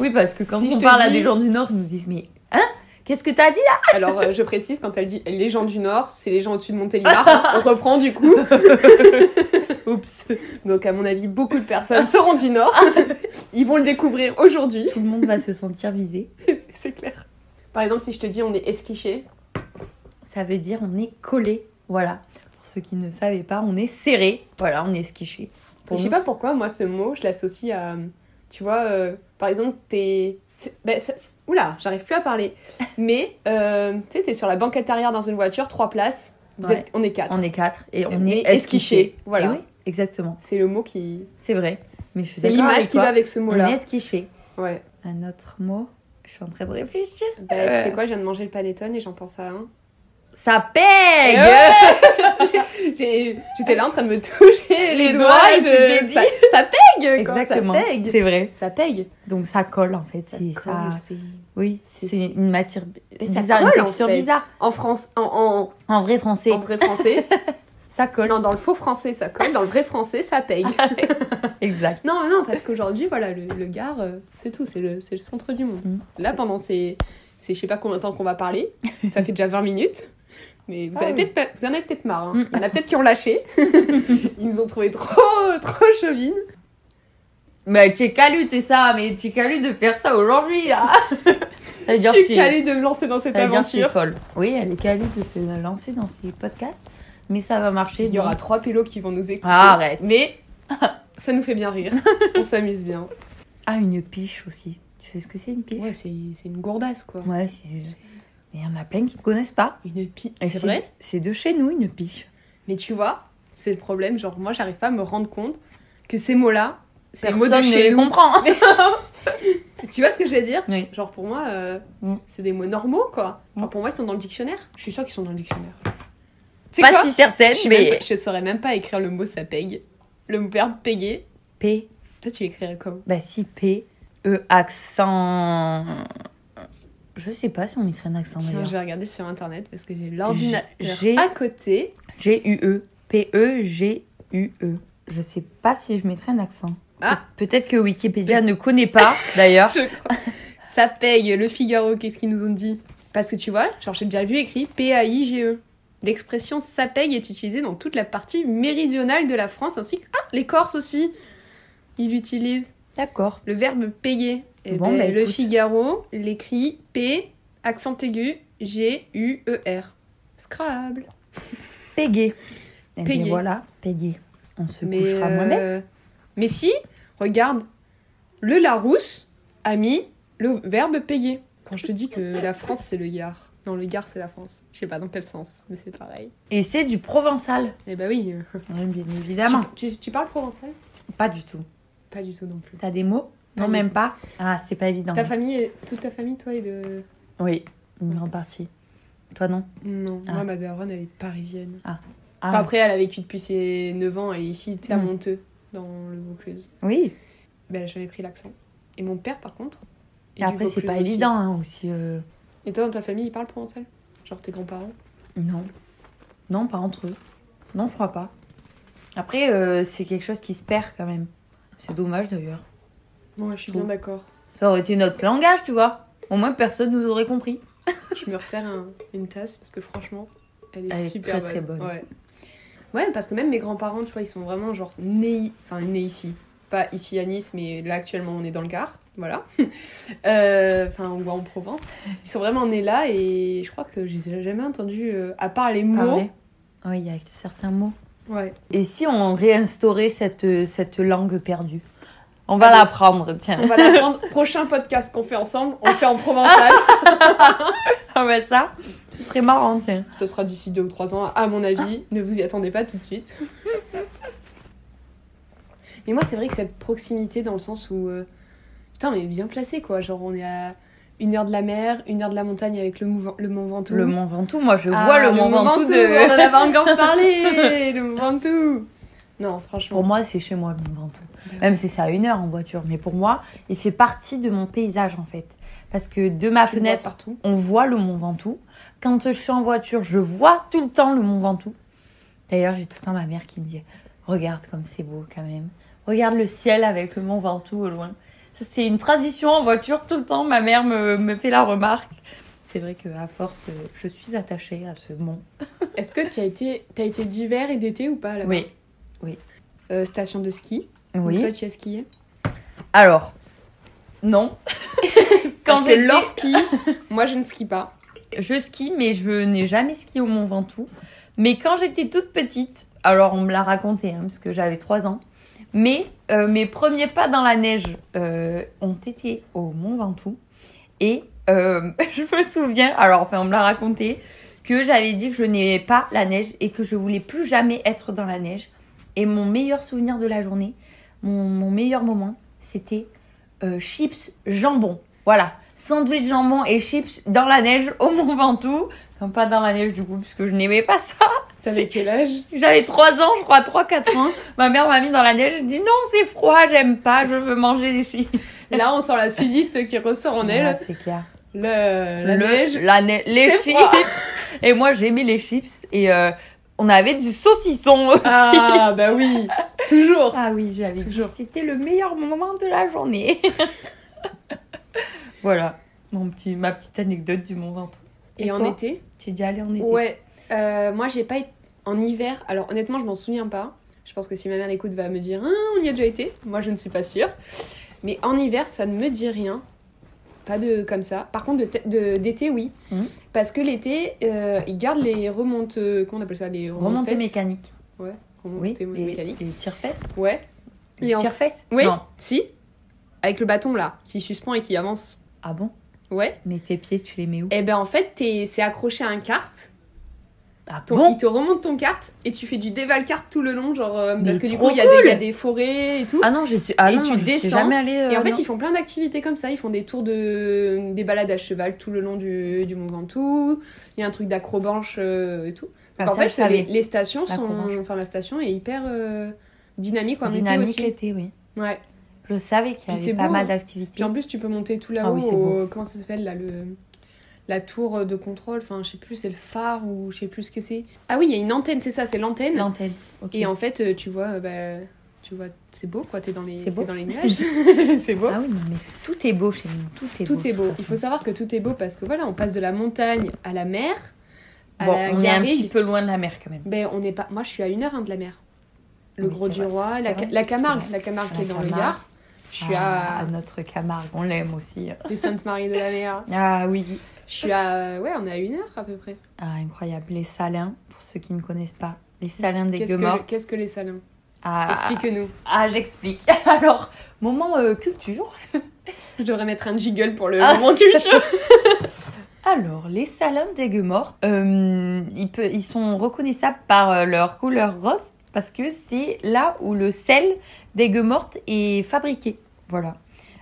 Speaker 2: Oui, parce que quand
Speaker 1: Si je
Speaker 2: on
Speaker 1: te
Speaker 2: parle à
Speaker 1: dis-
Speaker 2: des gens du nord, ils nous disent mais hein, qu'est-ce que t'as dit là
Speaker 1: Alors, euh, je précise, quand elle dit les gens du Nord, c'est les gens au-dessus de Montélimar. On reprend du coup.
Speaker 2: Oups.
Speaker 1: Donc, à mon avis, beaucoup de personnes seront du Nord. Ils vont le découvrir aujourd'hui.
Speaker 2: Tout le monde va se sentir visé.
Speaker 1: C'est clair. Par exemple, si je te dis on est esquiché,
Speaker 2: Ça veut dire on est collé. Voilà. Pour ceux qui ne savaient pas, on est serré. Voilà, on est esquiché. Pour
Speaker 1: je sais
Speaker 2: nous,
Speaker 1: pas pourquoi, moi, ce mot, je l'associe à. Tu vois, euh, par exemple, t'es. c'est- ben, ça- c'est- Oula, j'arrive plus à parler. Mais, euh, tu sais, t'es sur la banquette arrière dans une voiture, trois places, vous
Speaker 2: Ouais.
Speaker 1: êtes- on est quatre.
Speaker 2: on est quatre et on
Speaker 1: Mais esquiché.
Speaker 2: est esquiché.
Speaker 1: Voilà.
Speaker 2: Et oui, exactement.
Speaker 1: C'est le mot qui.
Speaker 2: C'est vrai. Mais je suis
Speaker 1: C'est
Speaker 2: d'accord
Speaker 1: l'image
Speaker 2: avec
Speaker 1: qui
Speaker 2: toi.
Speaker 1: va avec ce
Speaker 2: On est
Speaker 1: mot-là.
Speaker 2: esquiché.
Speaker 1: Ouais.
Speaker 2: Un autre mot, je suis en train de réfléchir.
Speaker 1: Bah, tu sais quoi, je viens de manger le panettone et j'en pense à un.
Speaker 2: Ça pègue
Speaker 1: J'ai- J'étais là en train de me toucher les,
Speaker 2: Les
Speaker 1: doigts,
Speaker 2: doigts, et
Speaker 1: je-
Speaker 2: tu t'es dit.
Speaker 1: ça, ça pègue quoi,
Speaker 2: Exactement,
Speaker 1: Eh ça pègue.
Speaker 2: c'est vrai.
Speaker 1: Ça pègue.
Speaker 2: Donc ça colle en fait. C'est
Speaker 1: colle,
Speaker 2: ça.
Speaker 1: c'est-
Speaker 2: Oui,
Speaker 1: C'est-
Speaker 2: c'est une matière bi-
Speaker 1: Mais ça
Speaker 2: bizarre, une
Speaker 1: colle, en
Speaker 2: texture
Speaker 1: fait.
Speaker 2: bizarre.
Speaker 1: En France, en- en,
Speaker 2: En vrai français,
Speaker 1: en vrai français,
Speaker 2: ça colle.
Speaker 1: Non, dans le faux français, ça colle. Dans le vrai français, ça paye.
Speaker 2: Exact.
Speaker 1: non, mais non, parce qu'aujourd'hui, voilà, le, le Gard, euh, c'est tout. C'est le, c'est le centre du monde.
Speaker 2: Mm.
Speaker 1: Là, pendant ces, ces je sais pas combien de temps qu'on va parler, ça fait déjà 20 minutes. Mais vous,
Speaker 2: Ah
Speaker 1: avez
Speaker 2: oui.
Speaker 1: peut-être pas- vous en avez peut-être marre. hein.
Speaker 2: Mm.
Speaker 1: Il y en a peut-être qui ont lâché. Ils nous ont trouvé trop, trop chauvines. Bah,
Speaker 2: Mais tu es calu, t'es ça, mais tu es calu de faire ça aujourd'hui là. ça
Speaker 1: Je
Speaker 2: veut dire que
Speaker 1: suis
Speaker 2: tu-
Speaker 1: calée de me lancer dans cette
Speaker 2: ça veut dire que tu es
Speaker 1: aventure.
Speaker 2: folle. Oui, elle est calue de se lancer dans ces podcasts, mais ça va marcher.
Speaker 1: Il y aura
Speaker 2: donc-
Speaker 1: trois pélos qui vont nous écouter.
Speaker 2: Ah, arrête.
Speaker 1: Mais ça nous fait bien rire. On s'amuse bien.
Speaker 2: Ah, une piche aussi. Tu sais ce que c'est une piche
Speaker 1: Ouais, c'est c'est une gourdasse, quoi.
Speaker 2: Ouais, c'est. Mais Il y en a plein qui ne connaissent pas.
Speaker 1: Une pie.
Speaker 2: Et
Speaker 1: C'est vrai
Speaker 2: C'est de chez nous, une piche.
Speaker 1: Mais tu vois, c'est le problème. Genre, moi, j'arrive pas à me rendre compte que ces mots-là, c'est les mots de
Speaker 2: Personne ne
Speaker 1: chez
Speaker 2: les
Speaker 1: nous.
Speaker 2: comprend.
Speaker 1: Tu vois ce que je veux dire
Speaker 2: Oui.
Speaker 1: Genre, pour moi, euh,
Speaker 2: Mm.
Speaker 1: c'est des mots normaux, quoi. Enfin,
Speaker 2: Mm.
Speaker 1: pour moi, ils sont dans le dictionnaire. Je suis sûre qu'ils sont dans le dictionnaire. Tu sais
Speaker 2: Pas
Speaker 1: quoi
Speaker 2: si certaine,
Speaker 1: je, suis même
Speaker 2: mais.
Speaker 1: pas- je saurais même pas écrire le mot ça pègue. Le verbe péguer.
Speaker 2: P.
Speaker 1: Toi, tu l'écrirais comme
Speaker 2: Bah si, P. E accent. Je sais pas si on mettrait un accent
Speaker 1: Tiens, je
Speaker 2: d'ailleurs.
Speaker 1: vais regarder sur internet parce que j'ai l'ordinateur
Speaker 2: hein. J'ai-
Speaker 1: à côté. E
Speaker 2: G-U-E. P-E-G-U-E. Je sais pas si je mettrais un accent.
Speaker 1: Ah.
Speaker 2: Pe- Peut-être que Wikipédia ne connaît pas, d'ailleurs.
Speaker 1: Je crois. ça pègue, le Figaro, qu'est-ce qu'ils nous ont dit Parce que tu vois, genre j'ai déjà vu écrit P-A-I-G-E. E. L'expression ça pègue est utilisée dans toute la partie méridionale de la France ainsi que ah, les Corses aussi. Ils l'utilisent.
Speaker 2: D'accord.
Speaker 1: Le verbe péguer. Et
Speaker 2: Bon, bah,
Speaker 1: le
Speaker 2: écoute.
Speaker 1: Figaro l'écrit P, accent aigu, G-U-E-R. Scrabble.
Speaker 2: Pégué. Eh bien,
Speaker 1: Pégué.
Speaker 2: voilà, Pégué. On se
Speaker 1: Mais,
Speaker 2: couchera moins bête.
Speaker 1: euh, mais si, regarde, le Larousse a mis le verbe payer. Quand je te dis que la France, c'est le Gard. Non, le Gard, c'est la France. Je sais pas dans quel sens, mais c'est pareil.
Speaker 2: Et c'est du provençal.
Speaker 1: Eh bah oui. euh,
Speaker 2: Oui, bien évidemment.
Speaker 1: Tu, tu- tu parles provençal
Speaker 2: Pas du tout.
Speaker 1: Pas du tout non plus.
Speaker 2: T'as des mots
Speaker 1: Pas
Speaker 2: Non,
Speaker 1: du
Speaker 2: même
Speaker 1: tout.
Speaker 2: pas. Ah, c'est pas évident.
Speaker 1: Ta famille, est- toute ta famille, toi, est de.
Speaker 2: Oui, une grande partie. Toi, non
Speaker 1: Non,
Speaker 2: Ah.
Speaker 1: moi, ma daronne, elle est parisienne.
Speaker 2: Ah,
Speaker 1: Enfin, après, elle a vécu depuis ses 9 ans, elle est ici, à
Speaker 2: Mm.
Speaker 1: Monteux, dans le Vaucluse.
Speaker 2: oui.
Speaker 1: Ben, elle a jamais pris l'accent. Et mon père, par contre. est
Speaker 2: Et
Speaker 1: du
Speaker 2: après, c'est
Speaker 1: Vaucluse
Speaker 2: pas
Speaker 1: aussi.
Speaker 2: évident hein, aussi. euh,
Speaker 1: Et toi, dans ta famille, ils parlent provençal Genre tes grands-parents
Speaker 2: Non. Non, pas entre eux. Non, je crois pas. Après, euh, c'est quelque chose qui se perd quand même. C'est dommage d'ailleurs.
Speaker 1: Moi, je suis
Speaker 2: bien
Speaker 1: bien d'accord.
Speaker 2: Ça aurait été notre langage, tu vois. Au moins, personne nous aurait compris.
Speaker 1: je me resserre un- une tasse parce que franchement, elle est
Speaker 2: Elle est
Speaker 1: super
Speaker 2: très,
Speaker 1: bonne.
Speaker 2: très bonne.
Speaker 1: Ouais. Ouais, parce que même mes grands-parents, tu vois, ils sont vraiment genre nés, i- enfin nés ici. Pas ici à Nice, mais là actuellement on est dans le Gard, voilà. Euh, Enfin, ou en Provence. Ils sont vraiment nés là et je crois que je les ai jamais entendus, euh, à part les mots.
Speaker 2: Parler. Oui, il y a certains mots.
Speaker 1: Ouais.
Speaker 2: Et si on réinstaurait cette, cette langue perdue On va
Speaker 1: Allez.
Speaker 2: l'apprendre, tiens.
Speaker 1: On va l'apprendre. Prochain podcast qu'on fait ensemble, on le fait en provençal.
Speaker 2: Ah bah ça, ce serait marrant, tiens.
Speaker 1: Ce sera d'ici deux ou trois ans, à mon avis.
Speaker 2: Ah.
Speaker 1: Ne vous y attendez pas tout de suite. mais moi, c'est vrai que cette proximité, dans le sens où. euh, Putain, on est bien placé, quoi. Genre, on est à une heure de la mer, une heure de la montagne avec le, mouvant- le Mont Ventoux.
Speaker 2: Le Mont Ventoux, moi je
Speaker 1: Ah,
Speaker 2: vois le
Speaker 1: le
Speaker 2: Mont Ventoux
Speaker 1: On en
Speaker 2: de...
Speaker 1: avait encore parlé Le Mont Ventoux Non, franchement.
Speaker 2: Pour moi, c'est chez moi le Mont Ventoux. Même si c'est à une heure en voiture, mais pour moi, il fait partie de mon paysage en fait. Parce que de ma
Speaker 1: tu le vois
Speaker 2: fenêtre,
Speaker 1: partout.
Speaker 2: on voit le Mont Ventoux. Quand je suis en voiture, je vois tout le temps le Mont Ventoux. D'ailleurs, j'ai tout le temps ma mère qui me dit Regarde comme c'est beau quand même. Regarde le ciel avec le Mont Ventoux au loin. Ça, c'est une tradition en voiture tout le temps. Ma mère me, me fait la remarque. C'est vrai que à force, euh, je suis attachée à ce mont.
Speaker 1: Est-ce que tu as été, t'as été d'hiver et d'été ou pas là
Speaker 2: Oui.
Speaker 1: station de ski. Donc, Toi,
Speaker 2: Oui.
Speaker 1: tu as skié.
Speaker 2: Alors, non.
Speaker 1: Parce que
Speaker 2: j'étais-
Speaker 1: Laure skie, moi, je ne skie pas.
Speaker 2: je skie, mais je n'ai jamais skié au Mont Ventoux. Mais quand j'étais toute petite, alors on me l'a raconté, hein, parce que j'avais 3 ans, mais euh, mes premiers pas dans la neige euh, ont été au Mont Ventoux. Et euh, je me souviens, alors enfin, on me l'a raconté, que j'avais dit que je n'aimais pas la neige et que je voulais plus jamais être dans la neige. Et mon meilleur souvenir de la journée, mon, mon meilleur moment, c'était euh, chips jambon. Voilà, sandwich jambon et chips dans la neige au Mont Ventoux. Enfin, pas dans la neige du coup, puisque je n'aimais pas ça.
Speaker 1: T'avais quel âge
Speaker 2: J'avais 3 ans, je crois, 3-4 ans. Ma mère m'a mis dans la neige. Je dis non, c'est froid, j'aime pas, je veux manger des chips.
Speaker 1: Là, on sent la sudiste qui ressort en
Speaker 2: Voilà,
Speaker 1: elle.
Speaker 2: c'est clair.
Speaker 1: Le, la
Speaker 2: Le-
Speaker 1: neige.
Speaker 2: la ne- les
Speaker 1: C'est
Speaker 2: chips.
Speaker 1: froid.
Speaker 2: Et moi, j'aimais les chips. Et euh, on avait du saucisson.
Speaker 1: Ah, bah oui. Toujours.
Speaker 2: Ah oui, j'avais dit.
Speaker 1: Toujours.
Speaker 2: C'était le meilleur moment de la journée. voilà, mon petit, ma petite anecdote du Mont Ventoux.
Speaker 1: Et,
Speaker 2: Et
Speaker 1: en
Speaker 2: toi
Speaker 1: été
Speaker 2: Tu es déjà allée en été
Speaker 1: Ouais. euh, moi, j'ai pas été. En hiver, alors honnêtement, je m'en souviens pas. Je pense que si ma mère l'écoute, va me dire Ah, on y a déjà été. Moi, je ne suis pas sûre. Mais en hiver, ça ne me dit rien. Pas de comme ça. Par contre, d'été, de, d'été oui.
Speaker 2: Mhm.
Speaker 1: Parce que l'été, euh, ils gardent les remontes. euh, Comment on appelle ça Les remontes
Speaker 2: Remontée
Speaker 1: fesses
Speaker 2: mécanique. Oui,
Speaker 1: Remontées
Speaker 2: les,
Speaker 1: mécaniques.
Speaker 2: les tire-fesses.
Speaker 1: Ouais.
Speaker 2: Les
Speaker 1: Et en-
Speaker 2: tire-fesses
Speaker 1: Oui,
Speaker 2: Non.
Speaker 1: si. Avec le bâton là, qui suspend et qui avance.
Speaker 2: Ah bon
Speaker 1: Ouais.
Speaker 2: Mais tes pieds, tu les mets où
Speaker 1: Et ben en fait, t'es- c'est accroché à un kart.
Speaker 2: Ah
Speaker 1: Ton-
Speaker 2: bon
Speaker 1: Il te remonte ton kart et tu fais du déval kart tout le long, genre euh,
Speaker 2: Mais
Speaker 1: parce que du
Speaker 2: trop
Speaker 1: coup il y, a des- il y a
Speaker 2: cool
Speaker 1: des forêts et tout.
Speaker 2: Ah non, je suis, ah
Speaker 1: Et
Speaker 2: non,
Speaker 1: tu
Speaker 2: je suis
Speaker 1: descends,
Speaker 2: jamais allée. euh,
Speaker 1: et en fait,
Speaker 2: non.
Speaker 1: ils font plein d'activités comme ça. Ils font des tours de, des balades à cheval tout le long du, du Mont Ventoux. Il y a un truc d'acrobanche euh, et tout.
Speaker 2: Ah,
Speaker 1: Donc, en
Speaker 2: ça,
Speaker 1: fait,
Speaker 2: je savais.
Speaker 1: les, les stations
Speaker 2: L'acrobanche.
Speaker 1: sont, enfin la station est hyper euh, dynamique en
Speaker 2: Dynamique
Speaker 1: été aussi.
Speaker 2: l'été, oui.
Speaker 1: Ouais.
Speaker 2: Je savais qu'il y
Speaker 1: Puis
Speaker 2: avait
Speaker 1: c'est
Speaker 2: pas
Speaker 1: beau,
Speaker 2: mal
Speaker 1: hein.
Speaker 2: d'activités.
Speaker 1: Puis en plus, tu peux monter tout
Speaker 2: Ah oui,
Speaker 1: là-haut.
Speaker 2: c'est beau.
Speaker 1: au- comment ça s'appelle là le la tour de contrôle, enfin je sais plus, c'est le phare ou je sais plus ce que c'est. Ah oui, il y a une antenne, c'est ça, c'est l'antenne.
Speaker 2: L'antenne. ok. Ah
Speaker 1: Et en fait, euh, tu vois, euh, bah, tu vois, c'est beau quoi, t'es dans les,
Speaker 2: C'est beau.
Speaker 1: t'es dans les nuages, c'est beau.
Speaker 2: Ah oui, non, mais c'est- tout est beau chez nous. Tout est beau.
Speaker 1: tout est
Speaker 2: de
Speaker 1: beau.
Speaker 2: toute
Speaker 1: Il
Speaker 2: façon.
Speaker 1: faut savoir que tout est beau parce que voilà, on passe de la montagne à la mer, à
Speaker 2: Bon,
Speaker 1: la
Speaker 2: on est un petit
Speaker 1: garrigue.
Speaker 2: peu loin de la mer quand même.
Speaker 1: Ben on n'est pas. Moi, je suis à une heure hein, de la mer. Le
Speaker 2: Oui,
Speaker 1: gros
Speaker 2: c'est
Speaker 1: du
Speaker 2: vrai,
Speaker 1: roi,
Speaker 2: c'est
Speaker 1: la,
Speaker 2: vrai,
Speaker 1: la Camargue,
Speaker 2: c'est
Speaker 1: la Camargue qui
Speaker 2: La
Speaker 1: est dans le
Speaker 2: Camargue.
Speaker 1: Gard. Je suis
Speaker 2: Ah,
Speaker 1: à
Speaker 2: notre Camargue, on l'aime aussi.
Speaker 1: les Saintes-Maries de la Mer.
Speaker 2: Ah oui.
Speaker 1: Je suis à. Ouais, on est à une heure à peu près.
Speaker 2: Ah, incroyable. Les salins, pour ceux qui ne connaissent pas. Les salins des
Speaker 1: Qu'est-ce
Speaker 2: gueux
Speaker 1: que,
Speaker 2: mortes.
Speaker 1: qu'est-ce que les salins
Speaker 2: Ah,
Speaker 1: Explique-nous.
Speaker 2: ah, j'explique. Alors, moment euh, culture.
Speaker 1: Je devrais mettre un jiggle pour le
Speaker 2: Ah.
Speaker 1: moment culture.
Speaker 2: Alors, les salins des gueux mortes, euh, ils, peut- ils sont reconnaissables par euh, leur couleur rose. Parce que c'est là où le sel d'aigues mortes est fabriqué. Voilà.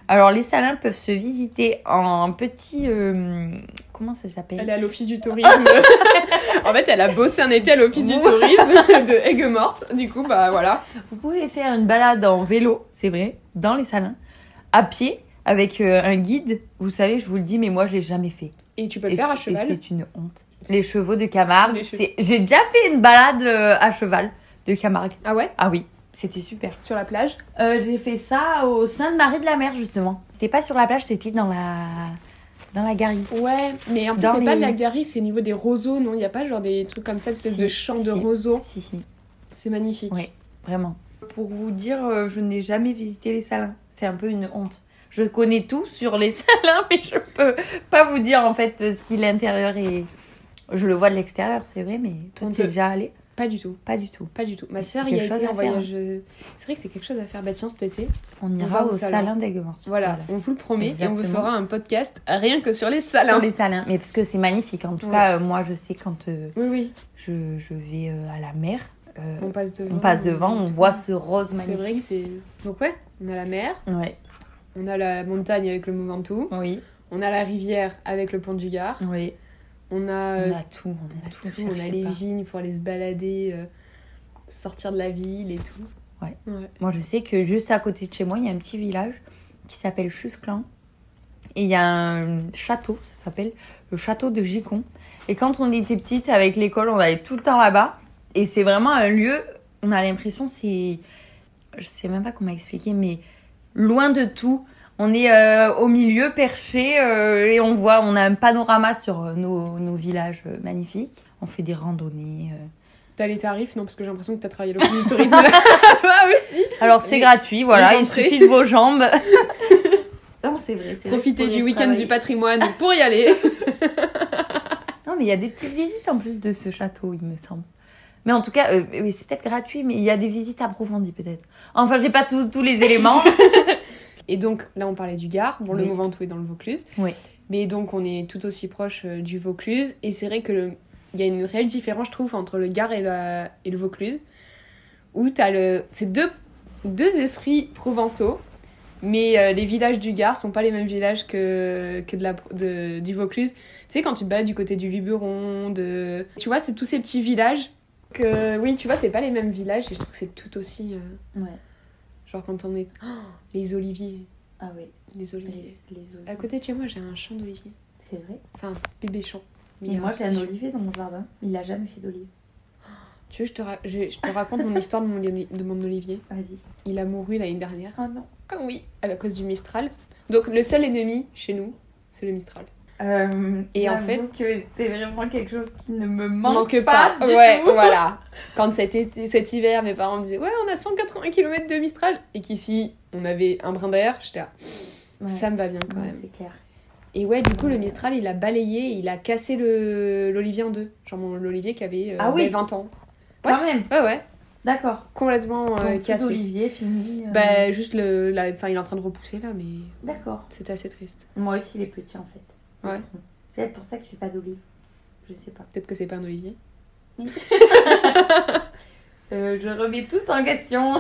Speaker 2: Alors, les salins peuvent se visiter en petit. euh, comment ça s'appelle
Speaker 1: Elle est à l'office du tourisme. en fait, elle a bossé un été à l'office du tourisme de Aigues-Mortes. Du coup, bah voilà.
Speaker 2: Vous pouvez faire une balade en vélo, c'est vrai, dans les salins, à pied, avec euh, un guide. Vous savez, je vous le dis, mais moi, je l'ai jamais fait.
Speaker 1: Et tu peux le faire à
Speaker 2: c'est- et
Speaker 1: cheval.
Speaker 2: c'est une honte. Les chevaux de Camargue.
Speaker 1: Les chevaux.
Speaker 2: c'est- J'ai déjà fait une balade euh, à cheval de Camargue.
Speaker 1: Ah ouais
Speaker 2: Ah oui, c'était super.
Speaker 1: Sur la plage
Speaker 2: Euh, J'ai fait ça au Sainte-Marie de la Mer, justement. C'était pas sur la plage, c'était dans la... dans la garrigue.
Speaker 1: Ouais, mais en plus,
Speaker 2: Dans
Speaker 1: c'est pas
Speaker 2: les-
Speaker 1: de la garrigue, c'est au niveau des roseaux, non Il n'y a pas genre des trucs comme ça, espèce
Speaker 2: Si,
Speaker 1: de champ de
Speaker 2: si.
Speaker 1: roseaux.
Speaker 2: Si, si,
Speaker 1: C'est magnifique.
Speaker 2: Ouais. vraiment. Pour vous dire, euh, je n'ai jamais visité les salins. C'est un peu une honte. Je connais tout sur les salins, mais je peux pas vous dire en fait euh, si l'intérieur est. Je le vois de l'extérieur, c'est vrai, mais toi,
Speaker 1: On
Speaker 2: tu es
Speaker 1: peut-
Speaker 2: déjà allé
Speaker 1: Pas du tout,
Speaker 2: Pas du tout.
Speaker 1: pas du tout. Ma
Speaker 2: C'est
Speaker 1: sœur y a
Speaker 2: quelque chose
Speaker 1: été
Speaker 2: à
Speaker 1: en
Speaker 2: faire.
Speaker 1: voyage. euh, C'est vrai que c'est quelque chose à faire. Bah tiens, cet été.
Speaker 2: On ira
Speaker 1: va au
Speaker 2: au
Speaker 1: salin.
Speaker 2: salin d'Aiguemorte.
Speaker 1: Voilà, on vous le promet et on vous
Speaker 2: Exactement.
Speaker 1: fera un podcast rien que sur les
Speaker 2: Voilà.
Speaker 1: salins.
Speaker 2: Sur les salins, mais parce que c'est magnifique. En tout
Speaker 1: Ouais.
Speaker 2: cas, euh, moi, je sais quand euh,
Speaker 1: Oui, oui,
Speaker 2: je, je vais euh, à la mer, euh,
Speaker 1: on passe devant.
Speaker 2: on passe devant, on voit ce rose
Speaker 1: C'est vrai que
Speaker 2: magnifique.
Speaker 1: c'est. Donc, ouais, on a la mer,
Speaker 2: Ouais.
Speaker 1: on a la montagne avec le Mouventou,
Speaker 2: Oui,
Speaker 1: on a la rivière avec le pont du Gard,
Speaker 2: oui.
Speaker 1: on a, euh,
Speaker 2: on a tout, on a,
Speaker 1: on a
Speaker 2: tout.
Speaker 1: tout, on a
Speaker 2: cherchez
Speaker 1: les
Speaker 2: pas.
Speaker 1: vignes pour aller se balader, euh, sortir de la ville et tout.
Speaker 2: Ouais. Moi, je sais que juste à côté de chez moi, il y a un petit village qui s'appelle Chusclan. Et il y a un château, ça s'appelle le château de Gicon. Et quand on était petite, avec l'école, on allait tout le temps là-bas. Et c'est vraiment un lieu, on a l'impression, c'est. Je sais même pas comment expliquer, mais loin de tout. On est euh, au milieu, perché, euh, et on voit, on a un panorama sur euh, nos, nos villages euh, magnifiques. On fait des randonnées. euh.
Speaker 1: T'as les tarifs Non, parce que j'ai l'impression que t'as travaillé le du tourisme là-bas aussi.
Speaker 2: Alors c'est
Speaker 1: Les-
Speaker 2: gratuit, voilà,
Speaker 1: les
Speaker 2: il
Speaker 1: entrées.
Speaker 2: suffit de vos jambes. non, c'est vrai. c'est vrai,
Speaker 1: Profitez
Speaker 2: je pourrais
Speaker 1: du week-end
Speaker 2: travailler.
Speaker 1: du patrimoine pour y aller.
Speaker 2: Non, mais il y a des petites visites en plus de ce château, il me semble. Mais en tout cas, euh, oui, c'est peut-être gratuit, mais il y a des visites approfondies peut-être. Enfin, j'ai pas tous tous les éléments.
Speaker 1: Et donc là, on parlait du Gard. Bon, le
Speaker 2: Oui.
Speaker 1: Mouventou est dans le Vaucluse.
Speaker 2: Oui.
Speaker 1: Mais donc, on est tout aussi proche euh, du Vaucluse. Et c'est vrai que le- il y a une réelle différence, je trouve, entre le Gard et, la- et le Vaucluse, où t'as le, c'est deux deux esprits provençaux. Mais euh, les villages du Gard sont pas les mêmes villages que, que de la, de- du Vaucluse. Tu sais, quand tu te balades du côté du Luberon, de... Tu vois, c'est tous ces petits villages que... Oui, tu vois, c'est pas les mêmes villages et je trouve que c'est tout aussi... euh,
Speaker 2: Ouais.
Speaker 1: Genre quand on est... Oh, les oliviers.
Speaker 2: Ah oui,
Speaker 1: Les oliviers. À
Speaker 2: Mhm.
Speaker 1: côté de chez moi, j'ai un champ d'olivier.
Speaker 2: c'est vrai.
Speaker 1: Enfin, un bébé champ. Mais il
Speaker 2: Mais
Speaker 1: y a
Speaker 2: moi, j'ai
Speaker 1: petit
Speaker 2: un
Speaker 1: champ.
Speaker 2: olivier dans mon jardin. Il a jamais fait d'olive.
Speaker 1: Tu veux, je te, ra- je, je te raconte mon histoire de mon, oli- de mon olivier.
Speaker 2: Vas-y.
Speaker 1: Il a mouru l'année dernière.
Speaker 2: Ah non.
Speaker 1: Ah oui, à cause du Mistral. Donc, le seul ennemi chez nous, c'est le Mistral.
Speaker 2: Euh, et en
Speaker 1: j'avoue
Speaker 2: fait, que c'est vraiment quelque chose qui ne me
Speaker 1: On
Speaker 2: manque, du
Speaker 1: ouais,
Speaker 2: tout.
Speaker 1: voilà. Quand cet, été- cet hiver, mes parents me disaient Ouais, on a 180 km de Mistral. Et qu'ici, on avait un brin d'air. J'étais là,
Speaker 2: Ouais.
Speaker 1: ça me va bien quand
Speaker 2: Ouais,
Speaker 1: même.
Speaker 2: c'est clair.
Speaker 1: Et ouais, du coup, le Mistral, il a balayé, il a cassé le- l'olivier en deux. Genre, mon l'olivier qui avait euh,
Speaker 2: Ah oui.
Speaker 1: ouais, 20 ans.
Speaker 2: Quand même.
Speaker 1: Ouais, ouais.
Speaker 2: D'accord.
Speaker 1: complètement euh,
Speaker 2: Donc, tout
Speaker 1: cassé.
Speaker 2: d'olivier fini. euh,
Speaker 1: Bah juste le, la, enfin il est en train de repousser là, mais
Speaker 2: D'accord.
Speaker 1: c'est assez triste.
Speaker 2: Moi aussi, les petits, en fait.
Speaker 1: Ouais.
Speaker 2: C'est peut-être pour ça que je fais pas d'olive. Je sais pas.
Speaker 1: Peut-être que c'est pas un olivier.
Speaker 2: Euh, je remets tout en question.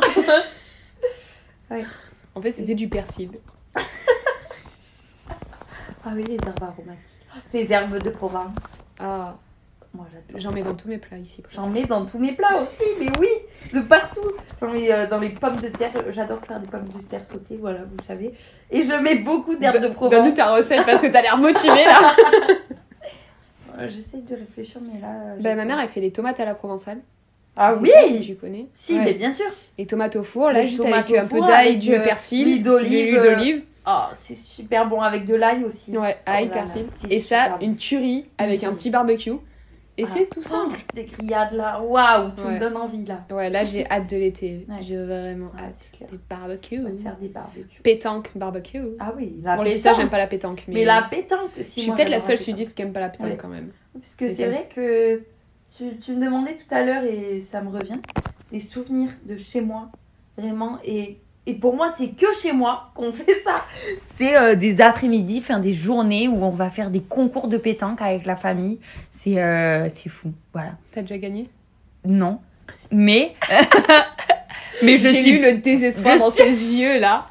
Speaker 1: En fait c'était du persil.
Speaker 2: ah oui, les herbes aromatiques. Les herbes de province.
Speaker 1: Ah,
Speaker 2: Moi, j'adore.
Speaker 1: j'en mets dans tous mes plats ici. presque.
Speaker 2: J'en mets dans tous mes plats aussi, mais oui, de partout. J'en mets euh, dans les pommes de terre. J'adore faire des pommes de terre sautées, voilà, vous le savez. Et je mets beaucoup d'herbes de
Speaker 1: Don-
Speaker 2: Provence.
Speaker 1: Donne-nous ta recette parce que t'as l'air motivée là.
Speaker 2: Euh, J'essaie de réfléchir, mais là. j'ai
Speaker 1: bah ma
Speaker 2: pas-
Speaker 1: mère elle fait les tomates à la provençale.
Speaker 2: Ah
Speaker 1: Je sais
Speaker 2: oui
Speaker 1: pas si tu connais.
Speaker 2: Si,
Speaker 1: Ouais.
Speaker 2: mais bien sûr.
Speaker 1: Les tomates au four là
Speaker 2: Les
Speaker 1: juste
Speaker 2: tomates
Speaker 1: avec
Speaker 2: au
Speaker 1: un peu
Speaker 2: four,
Speaker 1: d'ail,
Speaker 2: avec,
Speaker 1: du
Speaker 2: euh,
Speaker 1: persil,
Speaker 2: l'huile
Speaker 1: de
Speaker 2: d'olive,
Speaker 1: l'huile d'olive.
Speaker 2: Oh, c'est super bon avec de l'ail aussi.
Speaker 1: Ouais,
Speaker 2: Oh
Speaker 1: ail,
Speaker 2: là là,
Speaker 1: persil.
Speaker 2: c'est
Speaker 1: Et ça
Speaker 2: superbe. Mmh.
Speaker 1: une tuerie avec un petit barbecue. Et
Speaker 2: Ah.
Speaker 1: c'est tout simple.
Speaker 2: Oh, Des grillades là, waouh, tu
Speaker 1: Ouais.
Speaker 2: me donnes envie là.
Speaker 1: Ouais là j'ai hâte de l'été.
Speaker 2: Ouais.
Speaker 1: J'ai vraiment
Speaker 2: Ouais, c'est
Speaker 1: hâte.
Speaker 2: clair.
Speaker 1: Des barbecues.
Speaker 2: On va se faire des barbecues.
Speaker 1: Pétanque barbecue.
Speaker 2: Ah oui, la
Speaker 1: Bon, je
Speaker 2: pétanque.
Speaker 1: dis ça, j'aime pas la pétanque, mais, euh,
Speaker 2: Mais la pétanque, si
Speaker 1: je suis
Speaker 2: moi,
Speaker 1: peut-être la
Speaker 2: j'adore
Speaker 1: seule
Speaker 2: pétanque.
Speaker 1: sudiste qui aime pas la pétanque
Speaker 2: Ouais.
Speaker 1: quand même.
Speaker 2: Parce que
Speaker 1: Mais
Speaker 2: c'est
Speaker 1: ça-
Speaker 2: vrai que tu, tu me demandais tout à l'heure et ça me revient, les souvenirs de chez moi, vraiment. Et, et pour moi, c'est que chez moi qu'on fait ça. C'est euh, des après-midi, fin des journées où on va faire des concours de pétanque avec la famille. C'est euh, c'est fou, voilà.
Speaker 1: T'as déjà gagné
Speaker 2: Non, Mais, mais je
Speaker 1: J'ai
Speaker 2: suis
Speaker 1: lu le désespoir
Speaker 2: Je
Speaker 1: dans
Speaker 2: suis-
Speaker 1: ses yeux là.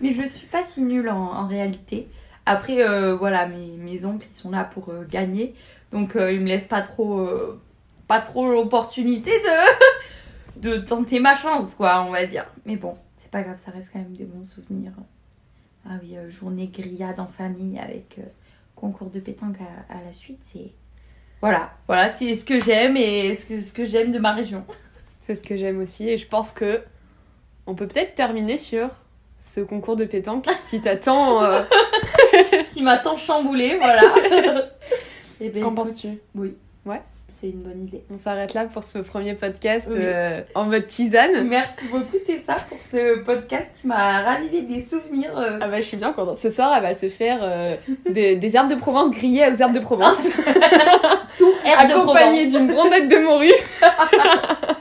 Speaker 2: Mais je suis pas si nulle en, en réalité. Après, euh, voilà, mes, mes oncles, ils sont là pour euh, gagner. Donc, euh, ils me laissent pas trop, euh, pas trop l'opportunité de, de tenter ma chance, quoi, on va dire. Mais bon, c'est pas grave, ça reste quand même des bons souvenirs. Ah oui, euh, journée grillade en famille avec euh, concours de pétanque à, à la suite, c'est... Voilà, voilà, c'est ce que j'aime et ce que, ce que j'aime de ma région.
Speaker 1: C'est ce que j'aime aussi et je pense que on peut peut-être terminer sur ce concours de pétanque qui t'attend. euh,
Speaker 2: Qui m'a tant chamboulée, voilà. Et ben,
Speaker 1: Qu'en
Speaker 2: écoute,
Speaker 1: penses-tu
Speaker 2: Oui.
Speaker 1: Ouais.
Speaker 2: C'est une bonne idée.
Speaker 1: On s'arrête là pour ce premier podcast
Speaker 2: Oui.
Speaker 1: euh, en mode tisane.
Speaker 2: Merci beaucoup Tessa pour ce podcast qui m'a ravivé des souvenirs. euh.
Speaker 1: Ah bah je suis bien contente. Ce soir, elle va se faire euh, des, des herbes de Provence grillées aux herbes de Provence,
Speaker 2: Tout air de
Speaker 1: accompagnées
Speaker 2: Provence.
Speaker 1: d'une brandette de morue.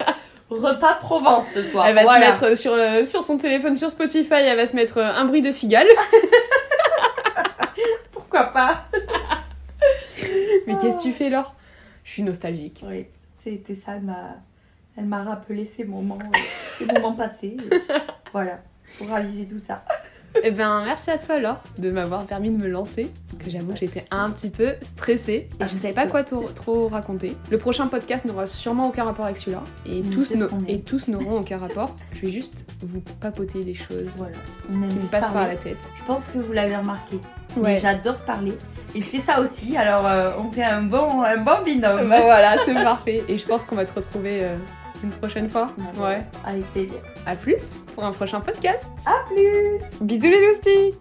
Speaker 2: Repas Provence ce soir.
Speaker 1: elle va
Speaker 2: Voilà.
Speaker 1: se mettre sur, le, sur son téléphone, sur Spotify, elle va se mettre euh, un bruit de cigale.
Speaker 2: Pourquoi pas
Speaker 1: Mais qu'est-ce que tu fais, Laure Je suis nostalgique.
Speaker 2: Oui, c'est Tessa, elle m'a, elle m'a rappelé ces moments, euh, ces moments passés. et voilà, pour raviver tout ça.
Speaker 1: Eh ben, merci à toi, Laure, de m'avoir permis de me lancer. Que j'avoue, que j'étais un petit peu stressée et
Speaker 2: Un
Speaker 1: je savais
Speaker 2: petit
Speaker 1: pas
Speaker 2: peu.
Speaker 1: quoi trop, trop raconter. Le prochain podcast n'aura sûrement aucun rapport avec celui-là et
Speaker 2: Mais
Speaker 1: tous
Speaker 2: c'est ce
Speaker 1: n'au-
Speaker 2: qu'on est.
Speaker 1: et tous n'auront aucun rapport. Je vais juste vous papoter des choses
Speaker 2: Voilà, on aime
Speaker 1: qui me
Speaker 2: juste
Speaker 1: passent par
Speaker 2: parler.
Speaker 1: la tête.
Speaker 2: Je pense que vous l'avez remarqué. mais
Speaker 1: Ouais.
Speaker 2: j'adore parler. Et Tessa aussi, alors euh, on fait un bon, un bon
Speaker 1: Bah
Speaker 2: binôme.
Speaker 1: voilà, c'est parfait. Et je pense qu'on va te retrouver euh, une prochaine fois. Ouais.
Speaker 2: Avec plaisir.
Speaker 1: À
Speaker 2: Ah.
Speaker 1: plus pour un prochain podcast.
Speaker 2: À plus
Speaker 1: Bisous les loustiques